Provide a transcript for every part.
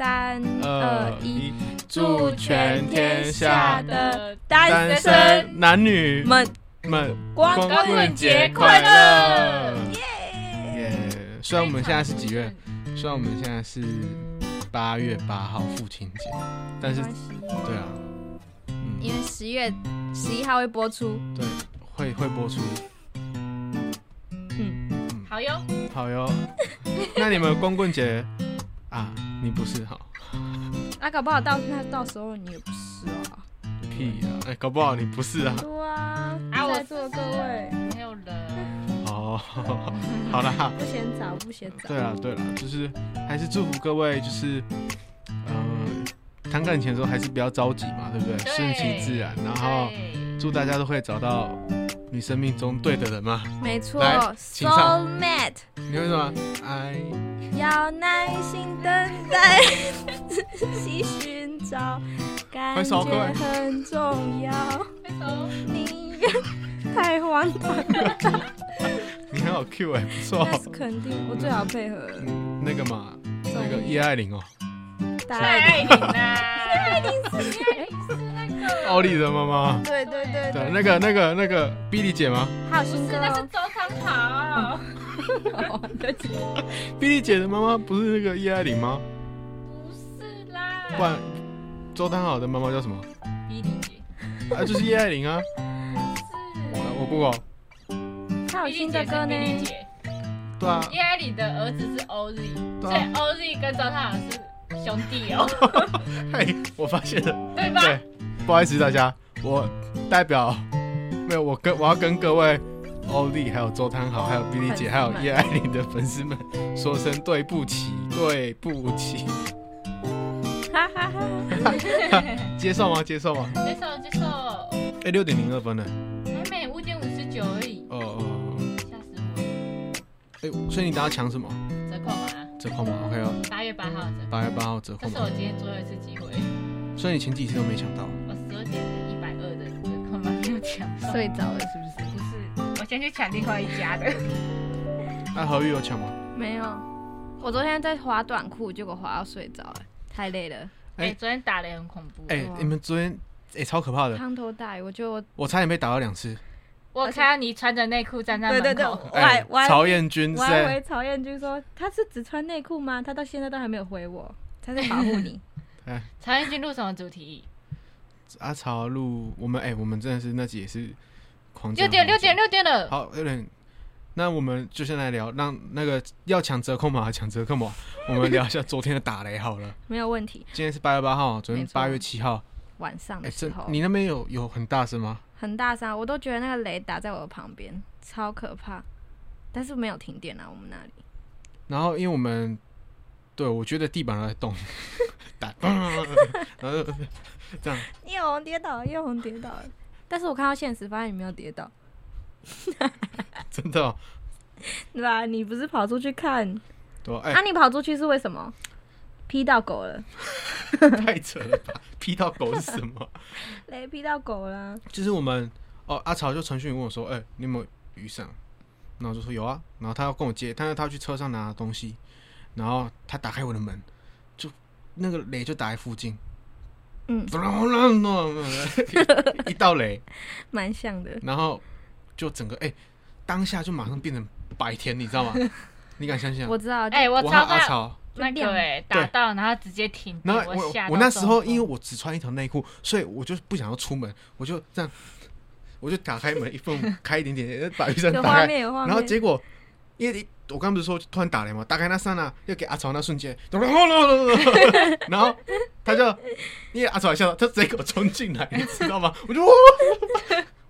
三二二一，一，祝全天下的单单身身男女们们光光棍棍节节快快乐乐！！耶！虽然我们现在是几月？虽然我们现在是八月八号父亲节，但没是关系对啊，嗯，因为十月十一号会播出，对，会会播出。嗯，嗯，好哟，好哟。 那你们光棍节啊？你不是好那、啊搞不好到那到时候你也不是哦。屁啊？哎，搞不好你不是啊。对啊，啊我在座各位没有人，哦， 好啦。不嫌早，不嫌早。对啦，对啦，就是还是祝福各位，就是呃，谈感情的时候还是不要着急嘛，对不对？对顺其自然，然后对祝大家都会找到你生命中对的人嘛。没错来请，Soul 上 Mate 你会什么？哎，要耐心等待， 仔细寻找，感快觉收各位很重要。快走，你太荒唐了，你很好 Q 哎、不错那。是肯定，我最好配合了。嗯，那个嘛，综那个艺叶爱玲哦，大蔡爱爱玲啦，奥利的妈妈。对对对对，对，那个、那个、那个比利姐吗？还有不新是歌那是哦，周汤豪，哦对不起比利姐的妈妈不是那个叶爱玲吗？不是啦，不然周汤好的妈妈叫什么？比利姐啊，就是叶爱玲啊。是，我不管。还有比利新姐的歌是比利呢。姐，对啊，叶爱里的儿子是 Oz，所对以啊。 Oz 跟周汤豪是兄弟哦，嘿，我发现了。对吧？对，不好意思啊大家，我代表没有，我跟我要跟各位欧丽、还有周汤豪、还有比利姐、还有叶爱玲的粉丝们说声对不起，对不起，哈哈哈！接受吗？接受吗？接受接受，哎、六点零二分呢。还没五点五十九而已，哦哦哦，哦吓死我，哎、所以你等下抢什么折扣码，折扣吗？OK 哦，八月八号折扣，八月八号折扣这是吗我？今天最后一次机会。所以你前几次都没抢到。我十二点一百二的折扣码没有抢到，睡着了是不不是，我先去抢另外一家的。那哎何玉有抢吗？是？没有，我昨天在滑短裤，结果滑到睡着了，太累了， 哎哎、昨天打雷很恐怖，哎、哇你们昨天哎、超可怕的，滂沱大雨，我觉得我我差点被打到两次。我看到你穿着内裤站在门口，我哎、还我还曹彦君我还在回曹彦君说，他是只穿内裤吗？他到现在都还没有回我，他在保护你。曹彦君录什么 主题？阿曹录我们哎、我们真的是那集也是狂六讲点狂六讲点六点了，好，有点。那我们就先来聊，让那个要抢折扣码，抢折扣码，我们聊一下昨天的打雷好了。没有问题。今天是八月八号，昨天没错八月七号。晚上哎、的时这候，你那边有有很大声吗？很大声啊，我都觉得那个雷打在我的旁边，超可怕。但是没有停电啊，我们那里然后因为我们，对我觉得地板都在动， 打，然后就这样，叶红跌倒了，叶红跌倒了。 但是我看到现实，发现你没有跌倒，真的哦、对吧？你不是跑出去看？对吧，哎、啊，你跑出去是为什么？劈到狗了，太扯了吧， 劈到狗是什么？雷劈到狗了啊。就是我们哦，阿曹就传讯问我说：“哎、你有没有雨伞？”然后我就说有啊，然后他要跟我借，但是他要去车上拿东西，然后他打开我的门，就那个雷就打在附近，嗯，咚咚咚咚 一道雷，蛮像的。然后就整个哎、当下就马上变成白天，你知道吗？你敢相信、啊？我知道，就哎、我我和超阿到曹，那个哎、打到然后直接停然电，后我吓到我那时候因为为我只穿一条内裤，所以我就不想要出门，我就这样，我就打开门 一缝开一点点，把雨伞有打画开，面，有画然后面。结果，因为你我刚不是说突然打雷嘛，打开那刹那，要给阿曹那瞬间，咚咚咚咚咚咚咚然后他就因为阿曹还吓到，他直接给我冲进来，你知道吗？我就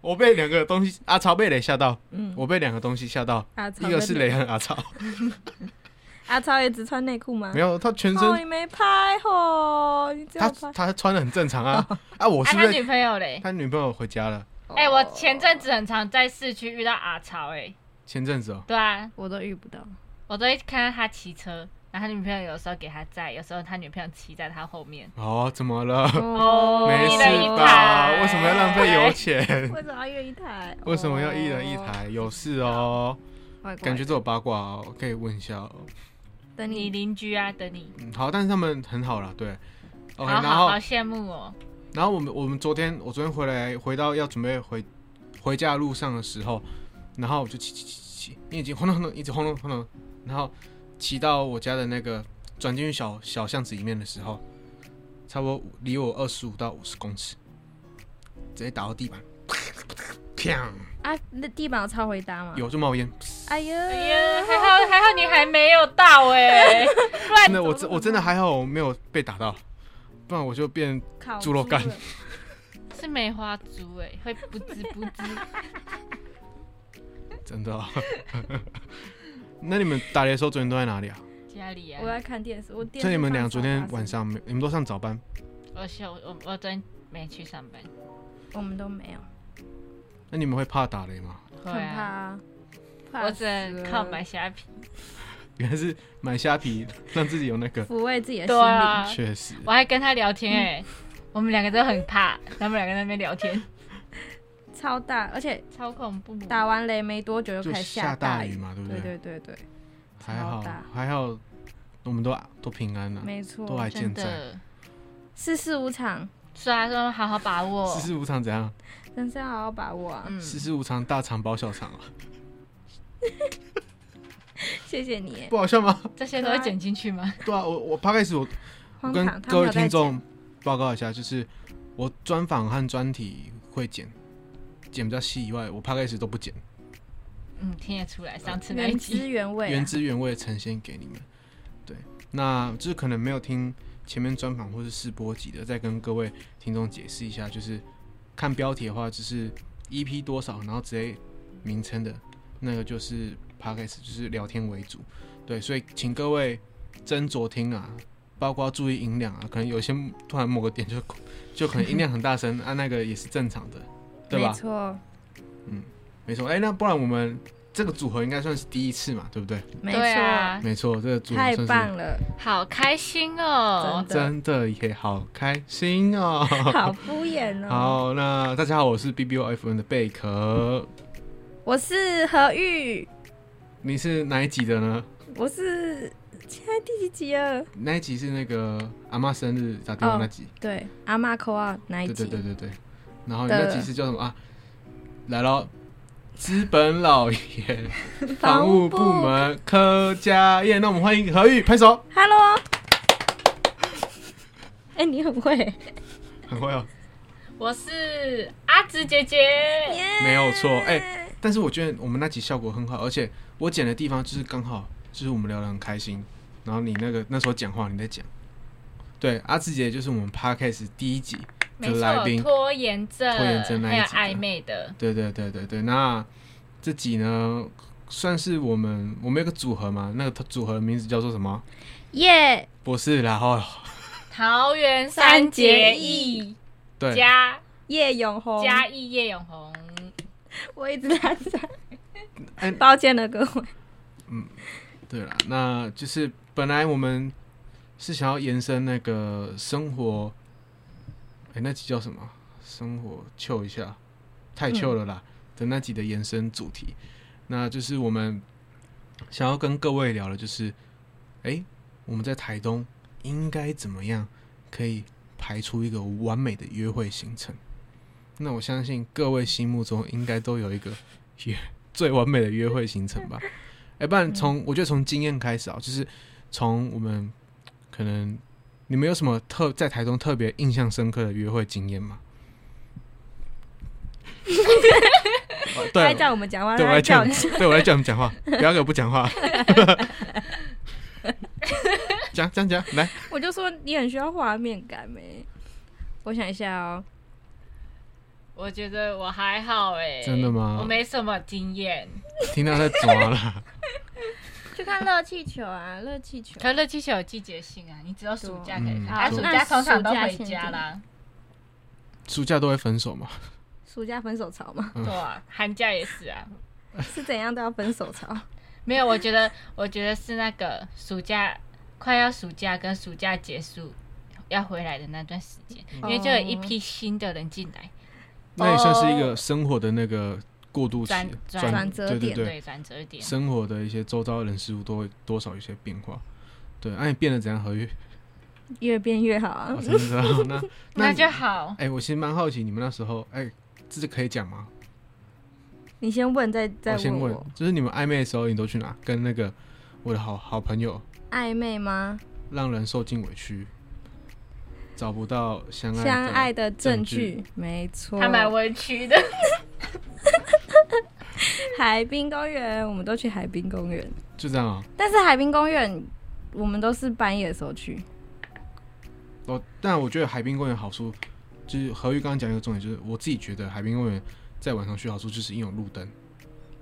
我被两个东西，阿曹被雷吓到，嗯，我被两个东西吓到，阿一超个跟是你雷和阿曹，嗯阿超啊也只穿内裤吗？没有他全哦，身你没拍哦，你只有他拍。他穿的很正常 啊啊，我啊是他被女朋友嘞，他女朋友回家了，哎、我前阵子很常在市区遇到阿曹哎、前阵子哦，对啊，我都遇不 到，我都会看到他骑车，然后他女朋友有时候给他载，有时候他女朋友骑在他后面。哦怎么了？哦没一人事一吧？台为什么要浪费油 钱？为什么要一人一台？为什么要一人一台？有事哦。哦？感觉这有八卦哦，可以问一下哦。等你你邻居啊，等你。嗯，好，但是他们很好啦，对。好 OK，然好后好羡慕哦，然后我们我们昨天我昨天回来回到要准备回回家的路上的时候，然后我就骑骑骑骑，你已经轰隆轰隆一直轰隆轰隆，然后骑到我家的那个转进去小小巷子里面的时候，差不多五离我二十五到五十公尺，直接打到地板，砰！啊，那地板有超回答吗？有就冒烟，哎呦，哎呀，还好还好你还没有 到哎、不然真的我怎真么我真的还好我没有被打到，不然我就变烤猪肉干了是梅花猪哎、会不知不知。真的哦、 那你们打猎的时候昨天都在哪里啊？家里啊我，在看电视，我电视所以你们俩放昨天扫把晚声上没，你们都上早班，我小我我昨天没去上班，我们都没有，那你们会怕打雷吗？会很啊，怕，怕我只能靠买死虾皮。原来是买虾皮让自己有那个 了，抚慰自己的心对灵。啊，确实。我还跟他聊天哎、我们两个都很怕，他们两个在那边聊天， 超大，而且超恐怖。打完雷没多久就开始下大大雨嘛，对不对对对对，还好超大还好，我们都啊都平安了、没嗯都错还，真健在。的，世事无常，所以他说好好把握世。事无常怎样？人生好好把 握啊！嗯，世事无常，大肠包小肠啊，谢谢你，不好笑吗？这些都会剪进去吗？对啊，我我刚开始我我荒跟唐。他各没位有在讲，听众报告一下，就是我专访和专题会剪，剪比较细以外，我 p 开始都不剪，嗯，听得出来，上次那一原集汁原味啊，原汁原味地呈现给你们。对，那就是可能没有听前面专访或是试播集的，再跟各位听众解释一下，就是看标题的话，就是 EP 多少，然后直接名称的那个就是 podcast，就是聊天为主。对，所以请各位斟酌听啊，包括注意音量啊，可能有些突然某个点就就可能音量很大声啊，那个也是正常的，嗯对没吧？错，没错，哎、那不然我们这个组合应该算是第一次嘛，对不对？ 没对错，啊，没错，这个组合太算是棒了，好开心哦！真的，真的也好开心哦。 好敷衍哦。好，那大家好，我是 B B O F N 的贝壳，我是何玉，你是哪一集的呢？我是现在第几集了？那一集是那个阿妈生日打电话哦那集，对，阿妈扣二哪一对集？对对对对。然后你的那集是叫什么啊？来了，资本老爷，房房务务部部门柯家燕。那我们欢迎何玉，拍手， Hello，哎、你很会，很会哦。我是阿紫姐姐，没有错哎但是我觉得我们那集效果很好，而且我剪的地方就是刚好，就是我们聊得很开心。然后你那个那时候讲话你在讲，对，阿志姐就是我们 podcast 第一集没的来错，宾，拖延症，拖延症那还一有集的暧昧的，对对对对对。那这集呢，算是我们我们有个组合嘛，那个组合的名字叫做什么？耶不是啦，然后桃园三结义对，加叶永红，嘉义叶永红，我一直在讲，哎抱歉了各位，对啦，那就是本来我们是想要延伸那个生活，哎、那集叫什么？生活秀一下，太秀了啦、的那集的延伸主题，那就是我们想要跟各位聊的，就是哎、我们在台东应该怎么样可以排出一个完美的约会行程？那我相信各位心目中应该都有一个约最完美的约会行程吧？哎、不然从我觉得从经验开始啊，就是从我们可能你们有什么特在台中特别印象深刻的约会经验吗？ 哦他对在，叫我们讲话，对我他在来叫讲你，，对我来叫你们讲话，不要给我不讲 话。讲讲讲，来， 我就说你很需要画面感没？我想一下哦，我觉得我还好哎、真的吗我没什么经验，听到在抓了，去看热气球啊，热气球，可乐气球有季节性啊，你只有暑假可以嗯看，啊，对暑假通常都回家啦，暑假都会分手嘛？暑假分手潮 嘛，嗯对啊，寒假也是啊，是怎样都要分手潮，没有，我觉得我觉得是那个暑假快要暑假跟暑假结束要回来的那段时间，因为就有一批新的人进来，那也算是一个生活的那个过渡期转，转转折对对点对，对，转折点，生活的一些周遭人事物都会多少有些变化。对，那、你变得怎样合约？越变越好啊我。真的知道。那那你就好。哎、我其实蛮好奇你们那时候，哎、这就可以讲吗？你先问，再再我先问问我，就是你们暧昧的时候，你都去哪？跟那个我的好好朋友，暧昧吗？让人受尽委屈，找不到相爱的相爱的证证据据，没错。他蛮委屈的，海滨公园，我们都去海滨公园，就这样啊、但是海滨公园我们都是半夜的时候去，哦，但我觉得海滨公园好处就是何玉刚刚讲一个重点，就是我自己觉得海滨公园在晚上去好处就是因为有路灯，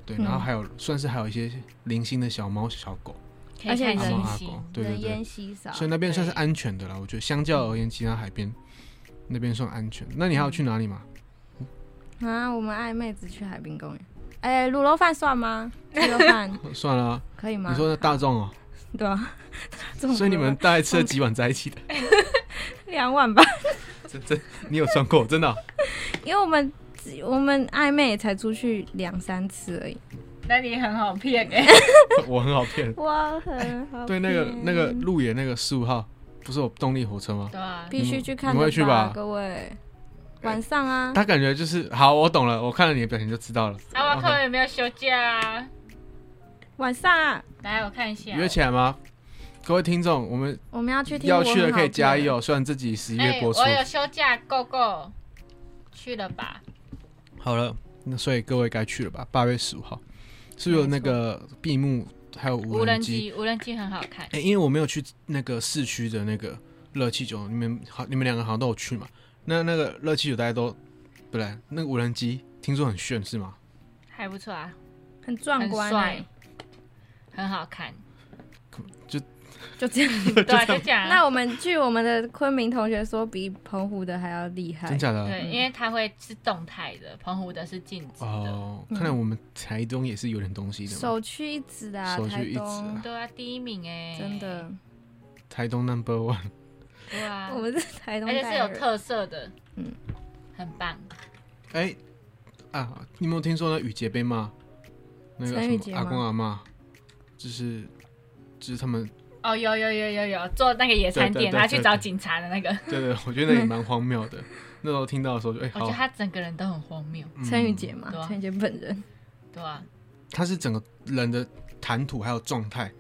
对，嗯然后还有、算是还有一些零星的小猫小狗，可以看而且星人星。对对人对烟稀少。所以那边算是对安全的啦。我觉得相较而言，其他海边那边算安全。那你还要去哪里吗？啊，我们暧昧只去海滨公园。哎、卤肉饭算吗？鸡肉 饭算了啊、可以吗？你说那大众哦、对啊， 这种所以你们卤肉大概吃了几碗在一起的？饭两碗吧，真真，你有算过真的哦、因为我们只我们暧昧才出去两三次而已。那你很好骗哎、 我很好骗。我很好对，那个那个路野那个十五号，不是有动力火车吗？ 对啊，必须去看你的们会去吧各位，晚上啊，他感觉就是好，我懂了，我看了你的表情就知道了。阿瓦 OK 啊克有没有休假啊？晚上啊，来，我看一下。约起来吗？各位听众，我们我们要去听要我去的很好可以加骗一哦。虽然自己十一哎、月播出我，有休假，Go Go，去了吧？好了，那所以各位该去了吧？八月十五号是不是有那个闭幕，还有无无人人机。机，无人机很好看。哎、因为我没有去那个市区的那个热气球，你们好，你们两个好像都有去嘛？那那个热气球大家都不对，那个无人机听说很炫是吗？还不错啊，很壮很观、帅欸，，很好 看。就这样。对啊，就这样 啊。那我们据我们的昆明同学说，比澎湖的还要厉害真。假的？对，因为它会是动态的，澎湖的是静止的。哦，看来我们台中也是有点东西的嘛。首屈一指的、啊，首屈台一指啊东，对啊，第一名哎、真。的，台东 Number One，对啊，我们是台东而且代是有人，特色的，嗯嗯，很棒。哎、啊，你有没有听说那雨杰被骂？那个陈雨什洁么吗阿公阿妈，就是就是他们，哦，有有有有有做那个野餐对对店，对他去对找对警察的那个，对 对，我觉得那也蛮荒谬的。那时候听到的时候就，哎、好我觉得，哦他整个人都很荒谬，嗯陈宇杰嘛对，啊陈宇杰本人， 对啊，他是整个人的谈吐还有状态，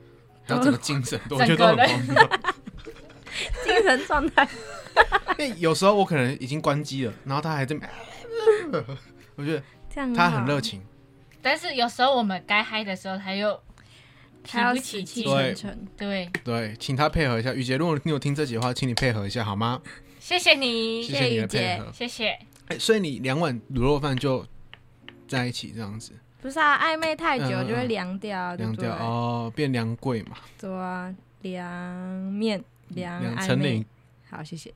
还有整个精神，都我觉整得都个很荒人谬。精神状态。 因为有时候我可能已经关机了，然后他还在那边， 我觉得这样他很热情，情，但是有时候我们该嗨的时候，他又他要提不死起气劲，沉沉。对，对，请他配合一下。雨杰，如果你有听这集的话，请你配合一下好吗？谢谢谢你，谢你雨的杰配合。谢谢。哎，所以你两碗卤肉饭就在一起这样子，不是啊，暧昧太久嗯嗯嗯就会凉掉啊，对凉不对掉？哦，变凉贵嘛，对啊，凉面嗯凉凉暧成昧岭。。好，谢谢。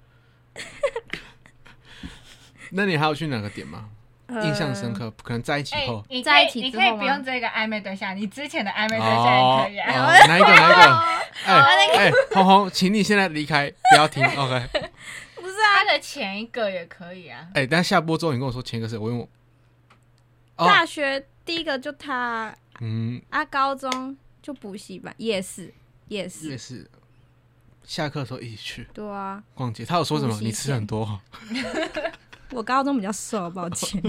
那你还有去哪个点吗？印象深呃刻，可能在一起哎后。你可以在一起你之可后以吗不用这个暧昧对象，你之前的暧昧对象也可以哦啊。哪一个哪一个？ 哎哎，红红，请你现在离开，不要听。OK。不是他啊，的前一个也可以 啊，哎，但下播之后你跟我说前一个是我用我。哦，呃大学第一个就他啊嗯，啊，高中就补习班，夜市，夜市也，是。下课的时候一起去对啊。逛街，他有说什么补？习你吃很多哦，我高中比较瘦，抱 歉。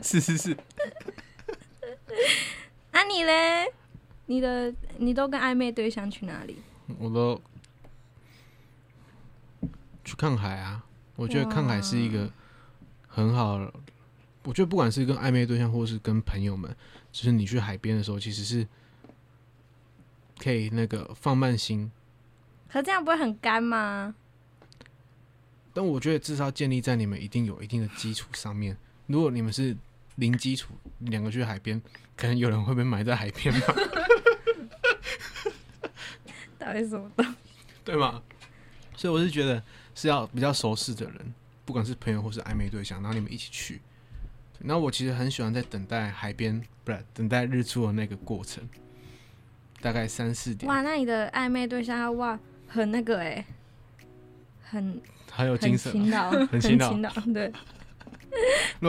是是是，啊，你嘞？你的你都跟暧昧对象去哪里？我都去看海啊。我觉得看海是一个很好的，我觉得不管是跟暧昧对象，或是跟朋友们，就是你去海边的时候，其实是可以那个放慢心，可这样不会很干吗？但我觉得至少要建立在你们一定有一定的基础上面。如果你们是零基础，两个去海边，可能有人会被埋在海边吧，到底什么东西？对吗？所以我是觉得是要比较熟识的人，不管是朋友或是暧昧对象，然后你们一起去。对然后我其实很喜欢在等待海边，不是等待日出的那个过程，大概三四点，哇，那你的暧昧对象要哇很那个哎、很很有很精神啊、勤劳， 很勤劳勤劳，对，如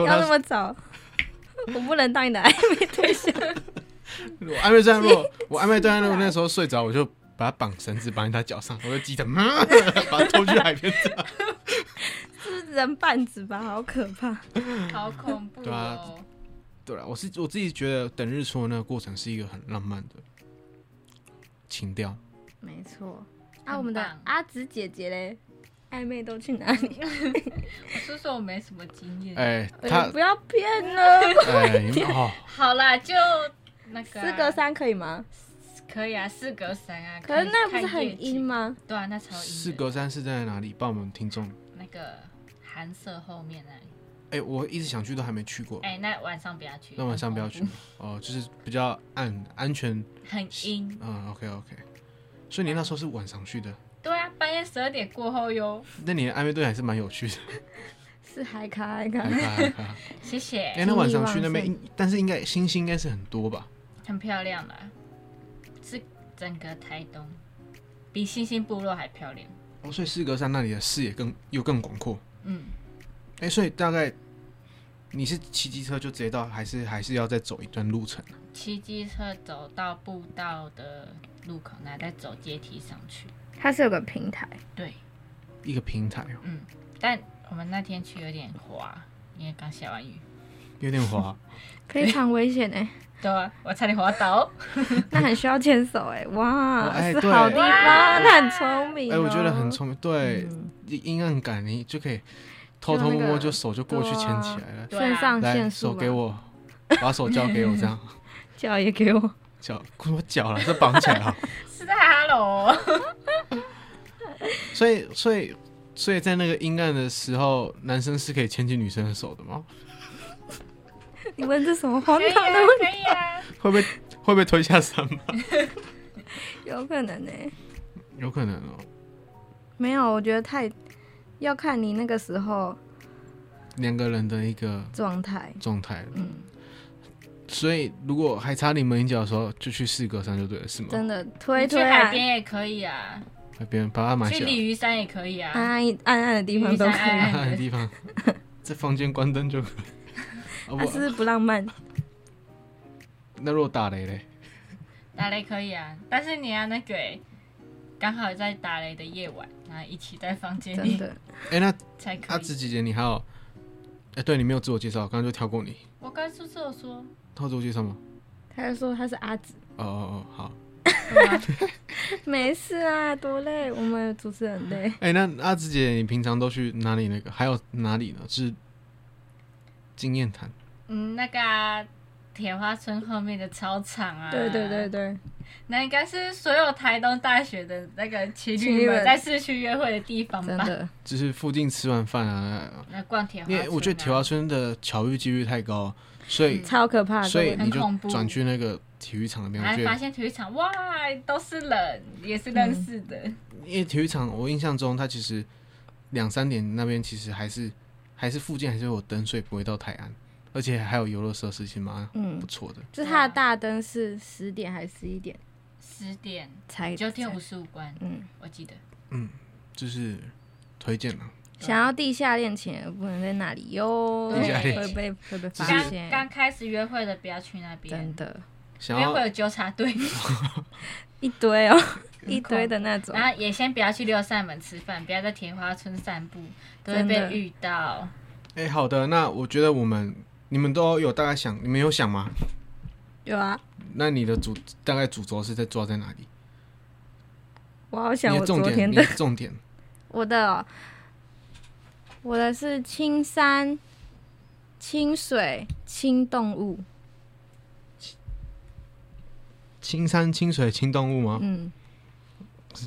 不果要那他么早， 我不能当你的暧昧对象。 我暧昧对象，如果我暧昧对象如果那时候睡着，我就把他绑绳子绑在他脚上，我就记得，嗯 把他拖去海边炸。是不是人贩子吧？好可怕！好恐怖对啊哦！ 对了，我是我自己觉得等日出的那个过程是一个很浪漫的情调。没错。很啊，我们的棒阿紫姐姐嘞，暧昧都去哪 里？我说说我没什么经验。哎、哎他不要骗 了，哎、哦，好啦，就那个啊四格三可以吗？可以啊，四格三啊。可是那不看是看夜很景阴？吗？对啊，那超阴的。四格山是在哪里？帮我们听众。那个寒舍后面那里。哎、我一直想去，都还没去过。哎，那晚上不要去。那晚上不要去很恐哦，就是比较暗、安全。怖。很阴。嗯，OK OK。所以你那时候是晚上去的，对啊，半夜十二点过后哟。那你的安慰队还是蛮有趣的。是海卡海卡哎、，谢谢。那晚上去那边，应但是应该星星应该是很多吧？很漂亮啦，是整个台东，比星星部落还漂亮。哦，所以四格山那里的视野更又更广阔。嗯，哎、所以大概你是骑机车就直接到，还是还是要再走一段路程啊？骑机车走到步道的路口那，再走阶梯上去。它是有个平台，对，一个平台哦，嗯，但我们那天去有点滑，因为刚下完雨。有点滑。非常危险 哎、对啊，我差点滑倒。 那很需要牵手哎、哇，哎是对好地方，哇那很聪哎、明、哦。我觉得很聪明，对，阴暗感你就可以偷偷嗯摸就那摸个就手就过去牵起来了。对啊肾上啊来，腺素手吧给，我，把手交给 我，这样脚也给 我。脚我脚了，这绑起来啊。是在哈喽。所以，所以，所以在那个阴暗的时候，男生是可以牵起女生的手的吗？你问这什么荒可以唐啊的问，题？可以啊。会不会会不会推下山吧？有可能哎、 有可能哦、没有，我觉得太要看你那个时候两个人的一个状态。状态。嗯，所以，如果还差临门一脚的时候，就去四格山就对了，是吗？真的推去推海啊，边也可以啊，那边把它买去起来，鲤鱼山也可以啊。暗暗一暗暗的地方都可以。岸暗暗的地 方，在房间关灯就啊可以。哦它是不不，是不浪 漫？那如果打雷嘞？打雷可以啊，但是你要那个欸刚好在打雷的夜晚，然后一起在房间真里的，哎、那才可阿以。紫姐姐，你还有，哎、对你没有自我介绍，刚刚就跳过你，我跟叔叔 有说，他有自我介绍吗？他就说他是阿紫， 哦哦哦，好，对吗没事啊，多累，我们主持人 累。哎、那阿紫姐，你平常都去哪里？那个还有哪里呢？是经验谈，嗯，那个啊铁、花村后面的操场啊，对对对，对，那应该是所有台东大学的那个情情侣侣们们在市区约会的地方真吧。的，就是附近吃完饭啊，那逛铁花因村啊、为我觉得铁花村的巧遇几率太高，所嗯以、超可怕的。所以我你就很恐怖转去那个体育场那边，然我后觉发得现体育场哇都是人，也是认识的，因为体育场我印象中它其实两三点那边其实还是还是附近还是有灯，所以不会到太暗，而且还有游乐设施，其实蛮嗯不，错的。就是它的大灯是十点还是十一点十点才？九点才五十五关，嗯，我记得。嗯，就是推荐啊了。想要地下恋情的不能在那里哟，地下恋会情被会被发刚现，刚开始约会的不要去那边真，的，想因为会要有纠察队。一堆哦，一堆的那种。 然后也先不要去六扇门吃饭，不要在铁花村散步，都会真的被遇到。哎、好的，那我觉得我们你们都有大概想，你们有想吗？有啊，那你的主大概主轴是在抓在哪里？我好想你我的重昨点，天你的的，重点，我的哦我的是青山、清水、轻动物，青山清水清动物吗？嗯，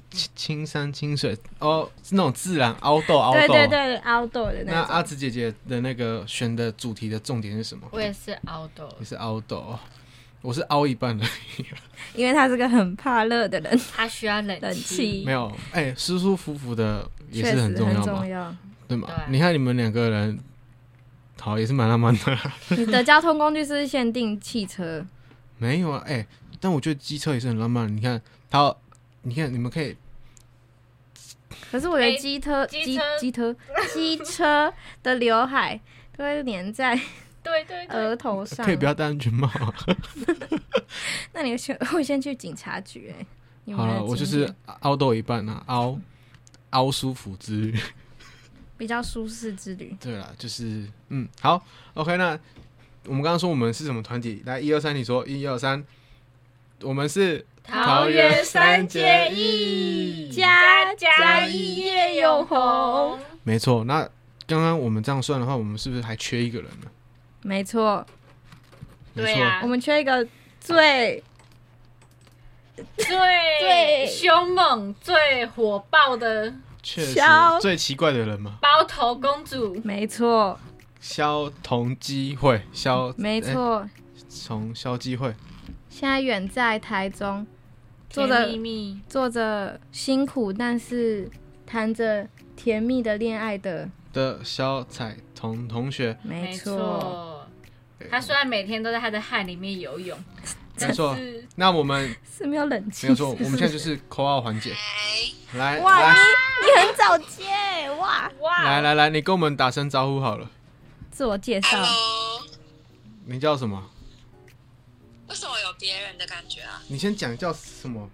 青青山清水哦，是那种自然凹豆凹豆。对对对，outdoor 的那啊阿那种，紫姐姐的那个选的主题的重点是什么？我也是 outdoor，嗯你是凹豆，我是凹一半的，因为他是个很怕热的人， 他需要冷冷气没有。哎、舒舒服服的也确是实很重很要嘛重， 要。对吗？对你看你们两个人，好也是蛮浪漫的。 你的交通工具是不是限定汽车，没有啊，哎、但我觉得机车也是很浪漫。你看，他，你看，你们可以，可是我觉哎得机车、机机车机车、机车的刘海都会粘在对对对，额头 上可以。不要戴安全帽啊。 那你先会先去警察局哎、你好们的了，我就经是验凹到一半啊，凹凹舒服之旅。 比较舒适之旅。对了，就是嗯，好，OK，那我们刚刚说我们是什么团体？来，一二三，你说一二三，我们是桃园三结义，家家家义义夜夜永永红红。没错。那刚刚我们这样算的话，我们是不是还缺一个人呢？没错，没对错，啊我们缺一个最最最凶猛、最火爆的确实肖最奇怪的人嘛，包头公主，没错，萧同机会，萧没，错。哎从萧机会，现在远在台中，做甜的蜜蜜，做着辛苦但是谈着甜蜜的恋爱的，的萧彩彤同学，没没错。错。她虽然每天都在她的汗里面游泳，没错。是那我们是没有冷气，没有错，是不我是们现在就是扣二环节，来哇，来你你很早接哇，来哇，来来，你跟我们打声招呼好了，自我介绍 Hello，你叫什么？为什么有别人的感觉啊？你先讲叫什么？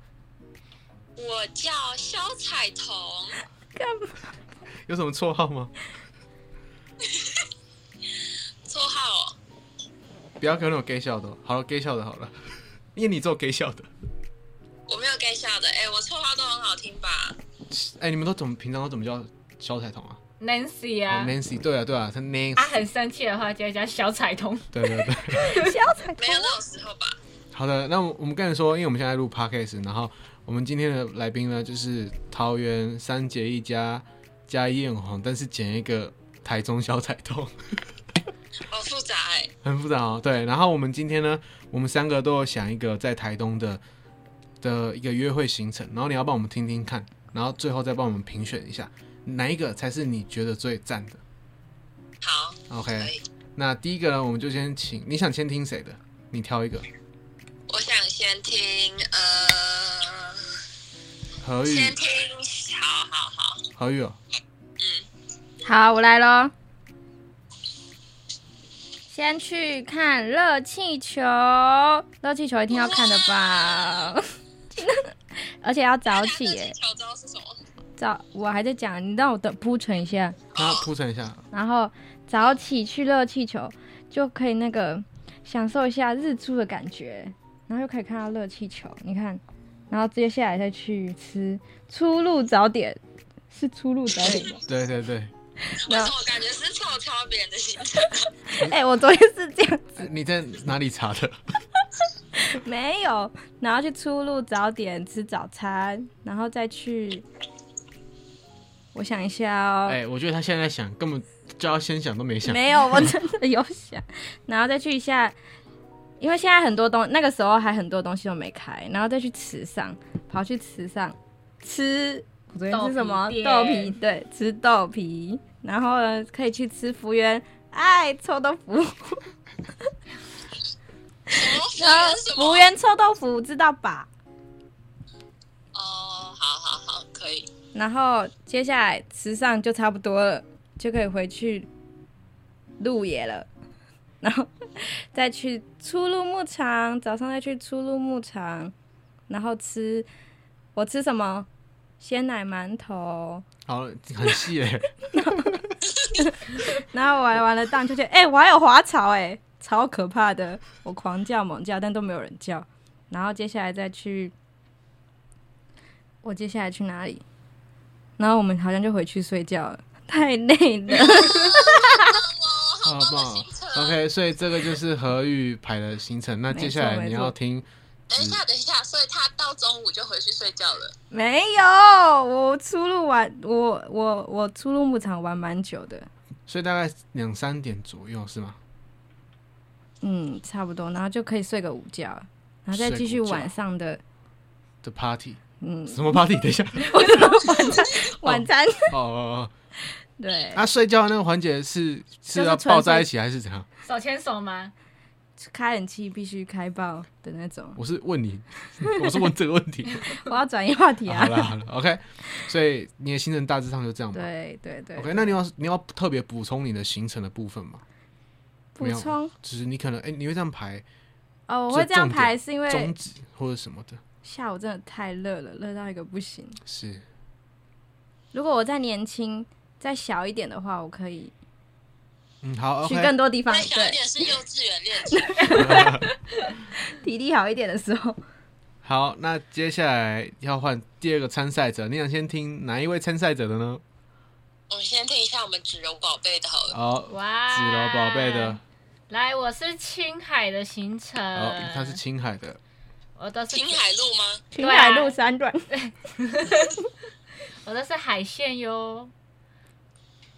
我叫肖彩彤，干嘛？有什么绰号吗？绰号哦，不要跟那种 gay 笑的哦，好了，gay 笑的好了，因为你做 gay 笑的。我没有 get 笑的。哎、我绰号都很好听吧？哎、你们都怎么平常都怎么叫小彩童啊、 Nancy 哦啊， ？Nancy，对啊对啊，她她 Nancy，很生气的话就会叫小 彩童。对对对。小彩没有那种时候吧？好的，那我我们刚才说，因为我们现在录 podcast，然后我们今天的来宾呢，就是桃园三结一家加一艳红，但是剪一个台中小彩童，好复杂哎、 很复杂哦。对，然后我们今天呢，我们三个都有想一个在台东的的一个约会行程，然后你要帮我们听听看，然后最后再帮我们评选一下哪一个才是你觉得最赞的。好，可 OK，以。那第一个呢，我们就先请你想先听谁的，你挑一个。我想先听，呃，何宇，先听，好好好，何宇哦，好，我来喽。先去看热气球，热气球一定要看的吧？ 而且要早起耶那，巧招是什么？早我还在讲，你让我等铺陈一下，那铺陈一下，然后早起去热气球就可以那个享受一下日出的感觉，然后又可以看到热气球，你看，然后接下来再去吃初露早点，是初露早 点吧？对对对。为没有什么感觉是臭抄别人的行程？哎、我昨天是这样哎你在哪里查的？没有，然后去出入早点吃早餐，然后再去。我想一下哦，哎、我觉得他现在在想，根本叫他先想都没想。没有，我真的有想，然后再去一下，因为现在很多东，那个时候还很多东西都没开，然后再去池上，跑去池上吃，我昨天吃什么豆皮店豆皮？对，吃豆皮，然后呢可以去吃福源，哎，臭豆 腐，然后哦服务员是什福么？源臭豆腐知道吧？哦，好好好，可以。然后接下来池上就差不多了，就可以回去鹿野了。 然后再去初鹿牧场，早上再去初鹿牧场，然后吃我吃什么？鲜奶馒头。好，很细哎、然后玩完了荡秋千，哎、我还有滑草、哎，超可怕的！我狂叫猛叫，但都没有人叫。然后接下来再去，我接下来去哪里？然后我们好像就回去睡觉了，太累了。 好不好？OK，所嗯以这个就是何玉排的行程。那接下来你要听，等一下，等一下，所以他到中午就回去睡觉了。没有，我出入玩，我我我出入牧场玩蛮久的，所以大概两三点左右是吗？嗯，差不多，然后就可以睡个午觉，然后再继续睡个午觉晚上的，的 party 嗯，什么 party？等一下， 我怎么晚餐晚餐？哦哦 对哦，，那睡觉的那个环节是是要就是纯抱在一起还是怎样？手牵手吗？开冷气必须开爆的那种。我是问你， 我是问这个问 题。我要转移话题好啊。了好了，OK，所以你的行程大致上就这样吧。对对对 OK，那你要你要特别补充你的行程的部分吗？补没有充就是你可能哎、你会这样排哦，我会这样排是因终为止或者什么的，下午真的太热了，热到一个不行。是如果我再年轻、再小一点的话，我可以嗯好去，OK，更多地方再小一点是幼稚园练习，对，体力好一点的时候，好，那接下来要换第二个参赛者，你想先听哪一位参赛者的呢？我们先听一下我们纸绒宝贝的好了。哦，哇，纸楼宝贝的，来，我是青海的行程，哦，他是青海 的，我都是青海路吗？青对啊海路三段，。我都是海线哟。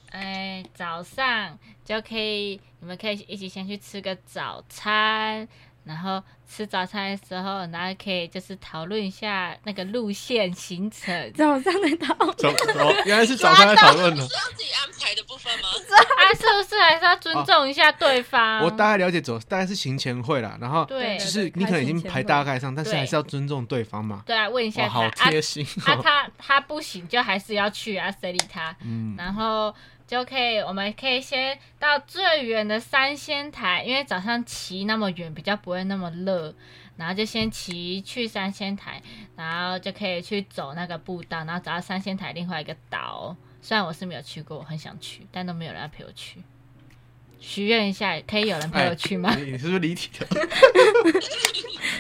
哎，早上就可以，你们可以一起先去吃个早餐，然后吃早餐的时候，然后可以就是讨论一下那个路线行程早上的到，早哦，原来是早上在讨论呢是。要自己安排的部分吗？ 啊，是不是还是要尊重一下对方？哦 我大概了解走，大概是行前会啦，然后对就对是对你可能开已经行前排会大概上，但是对还是要尊重对方嘛。对啊，问一下哇，他好贴心啊，哦。他他不行就还是要去啊，谁理他？嗯，然后就可以，我们可以先到最远的三仙台，因为早上骑那么远比较不会那么热，然后就先骑去三仙台，然后就可以去走那个步道，然后走到三仙台另外一个岛。虽然我是没有去过，我很想去，但都没有人要陪我去。许愿一下，可以有人哎陪我 去吗？你你是不是离题 了？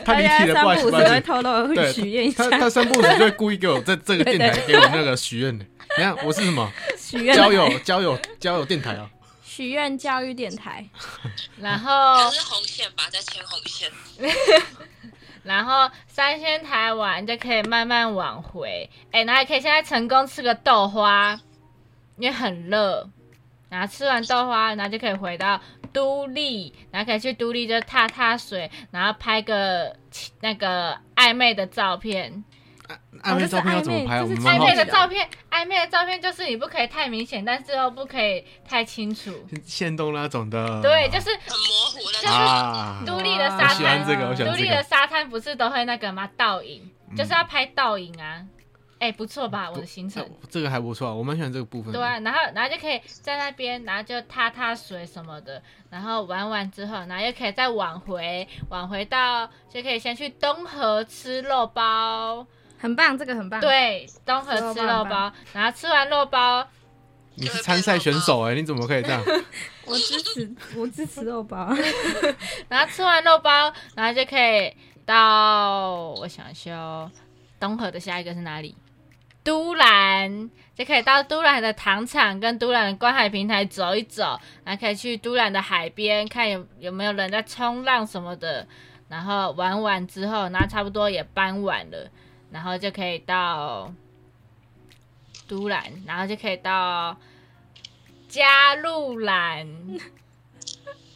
他大离题家了，三不好意不思，五不时好意会思。偷偷对许愿一下他，他三不五时就会故意给我在这个电台给我那个许愿的。你看我是什么 许愿交友交友交友电台啊？许愿教育电台，然后它是红线吧，在牵红线。然后三仙台玩就可以慢慢往回，哎，然后也可以现在成功吃个豆花，因为很热，然后吃完豆花，然后就可以回到都立，然后可以去都立就踏踏水，然后拍个那个暧昧的照片，暧这昧是照片要怎么暧昧拍？我这是们蛮哦暧好昧奇的的。照片，暧昧的照片就是你不可以太明显，但是又不可以太清楚，线动那种的。对，就是很模糊那种。啊，都立的我沙喜欢滩这个我喜欢这个独立的沙滩不是都会那个吗？倒影，嗯就是要拍倒影啊。哎、不错吧？我的行程。那哦这个还不错，我蛮喜欢这个部分。对啊，然后然后就可以在那边，然后就踏踏水什么的，然后玩完之后，然后又可以再往回，往回到就可以先去东河吃肉包，很棒，这个很棒，，对，东河啊吃吃肉肉包包，然后吃完肉包，你是参赛选手哎、你怎么可以这样？ 我支持，我支持肉 包，然后吃完肉包，然后就可以到我想一下哦，东河的下一个是哪里？都兰就可以到都兰的糖厂跟都兰的观海平台走一走，然后可以去都兰的海边看有有没有人在冲浪什么的，然后玩完之后，然后差不多也傍晚了，然后就可以到都兰，然后就可以到加路兰，